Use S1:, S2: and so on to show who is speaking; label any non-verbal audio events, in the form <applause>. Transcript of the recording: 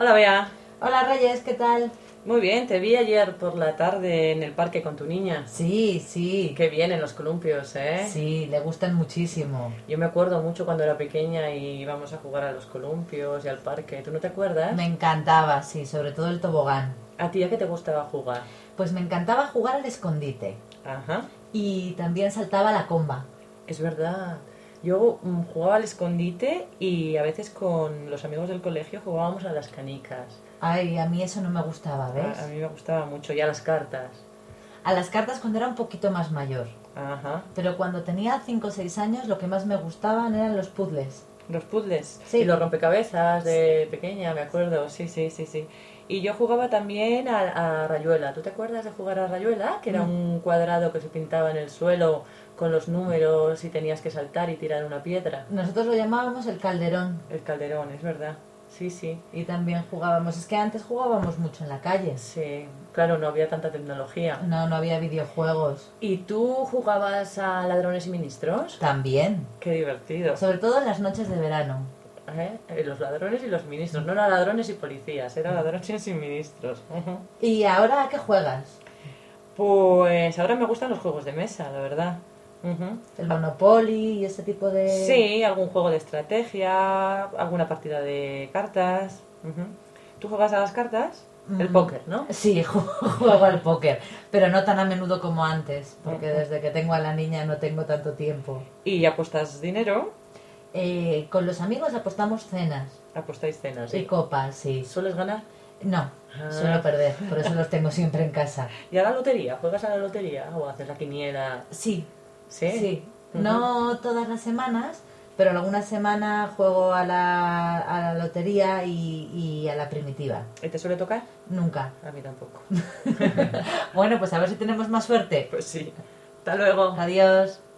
S1: Hola Bea.
S2: Hola Reyes, ¿qué tal?
S1: Muy bien, te vi ayer por la tarde en el parque con tu niña.
S2: Sí, sí.
S1: Qué bien en los columpios, ¿eh?
S2: Sí, le gustan muchísimo.
S1: Yo me acuerdo mucho cuando era pequeña y íbamos a jugar a los columpios y al parque. ¿Tú no te acuerdas?
S2: Me encantaba, sí, sobre todo el tobogán.
S1: ¿A ti a qué te gustaba jugar?
S2: Pues me encantaba jugar al escondite
S1: Ajá.
S2: y también saltaba la comba.
S1: Es verdad. Yo mm, jugaba al escondite y a veces con los amigos del colegio jugábamos a las canicas.
S2: Ay, a mí eso no me gustaba, ¿ves?
S1: A, a mí me gustaba mucho y a las cartas.
S2: A las cartas cuando era un poquito más mayor.
S1: Ajá.
S2: Pero cuando tenía 5 o 6 años lo que más me gustaban eran los puzzles.
S1: Los puzzles.
S2: Sí.
S1: Y los rompecabezas de pequeña, me acuerdo. Sí, sí, sí, sí. Y yo jugaba también a, a Rayuela. ¿Tú te acuerdas de jugar a Rayuela? Que era un cuadrado que se pintaba en el suelo con los números y tenías que saltar y tirar una piedra.
S2: Nosotros lo llamábamos el calderón
S1: El calderón, es verdad. Sí, sí.
S2: y también jugábamos. Es que antes jugábamos mucho en la calle.
S1: Sí. Claro, no había tanta tecnología.
S2: No, no había videojuegos.
S1: ¿Y tú jugabas a ladrones y ministros?
S2: También.
S1: Qué divertido.
S2: Sobre todo en las noches de verano.
S1: ¿Eh? Eh, Los ladrones y los ministros. No eran ladrones y policías, eran ladrones y ministros. Ujú.
S2: ¿Y ahora a qué juegas?
S1: Pues ahora me gustan los juegos de mesa, la verdad. Ujú.
S2: ¿El Monopoly y ese tipo de...?
S1: Sí, algún juego de estrategia, alguna partida de cartas. Ujú. ¿Tú juegas a las cartas? El
S2: Mm.
S1: póker, ¿no?
S2: Sí, <laughs> ju- juego al póker, pero no tan a menudo como antes, porque desde que tengo a la niña no tengo tanto tiempo.
S1: Y apuestas dinero,
S2: Eh, con los amigos apostamos cenas
S1: apostáis cenas.
S2: y copas, sí.
S1: ¿Sueles ganar?
S2: No,
S1: Ah.
S2: suelo perder, por eso los tengo siempre en casa.
S1: ¿Y a la lotería? ¿Juegas a la lotería o haces la quiniela?
S2: Sí,
S1: Sí. ¿eh?
S2: sí.
S1: Ujú.
S2: No todas las semanas, pero alguna semana juego a la, a la lotería y, y a la primitiva.
S1: ¿Y te suele tocar?
S2: Nunca.
S1: A mí tampoco. <laughs>
S2: Bueno, pues a ver si tenemos más suerte.
S1: Pues sí. Hasta luego.
S2: Adiós.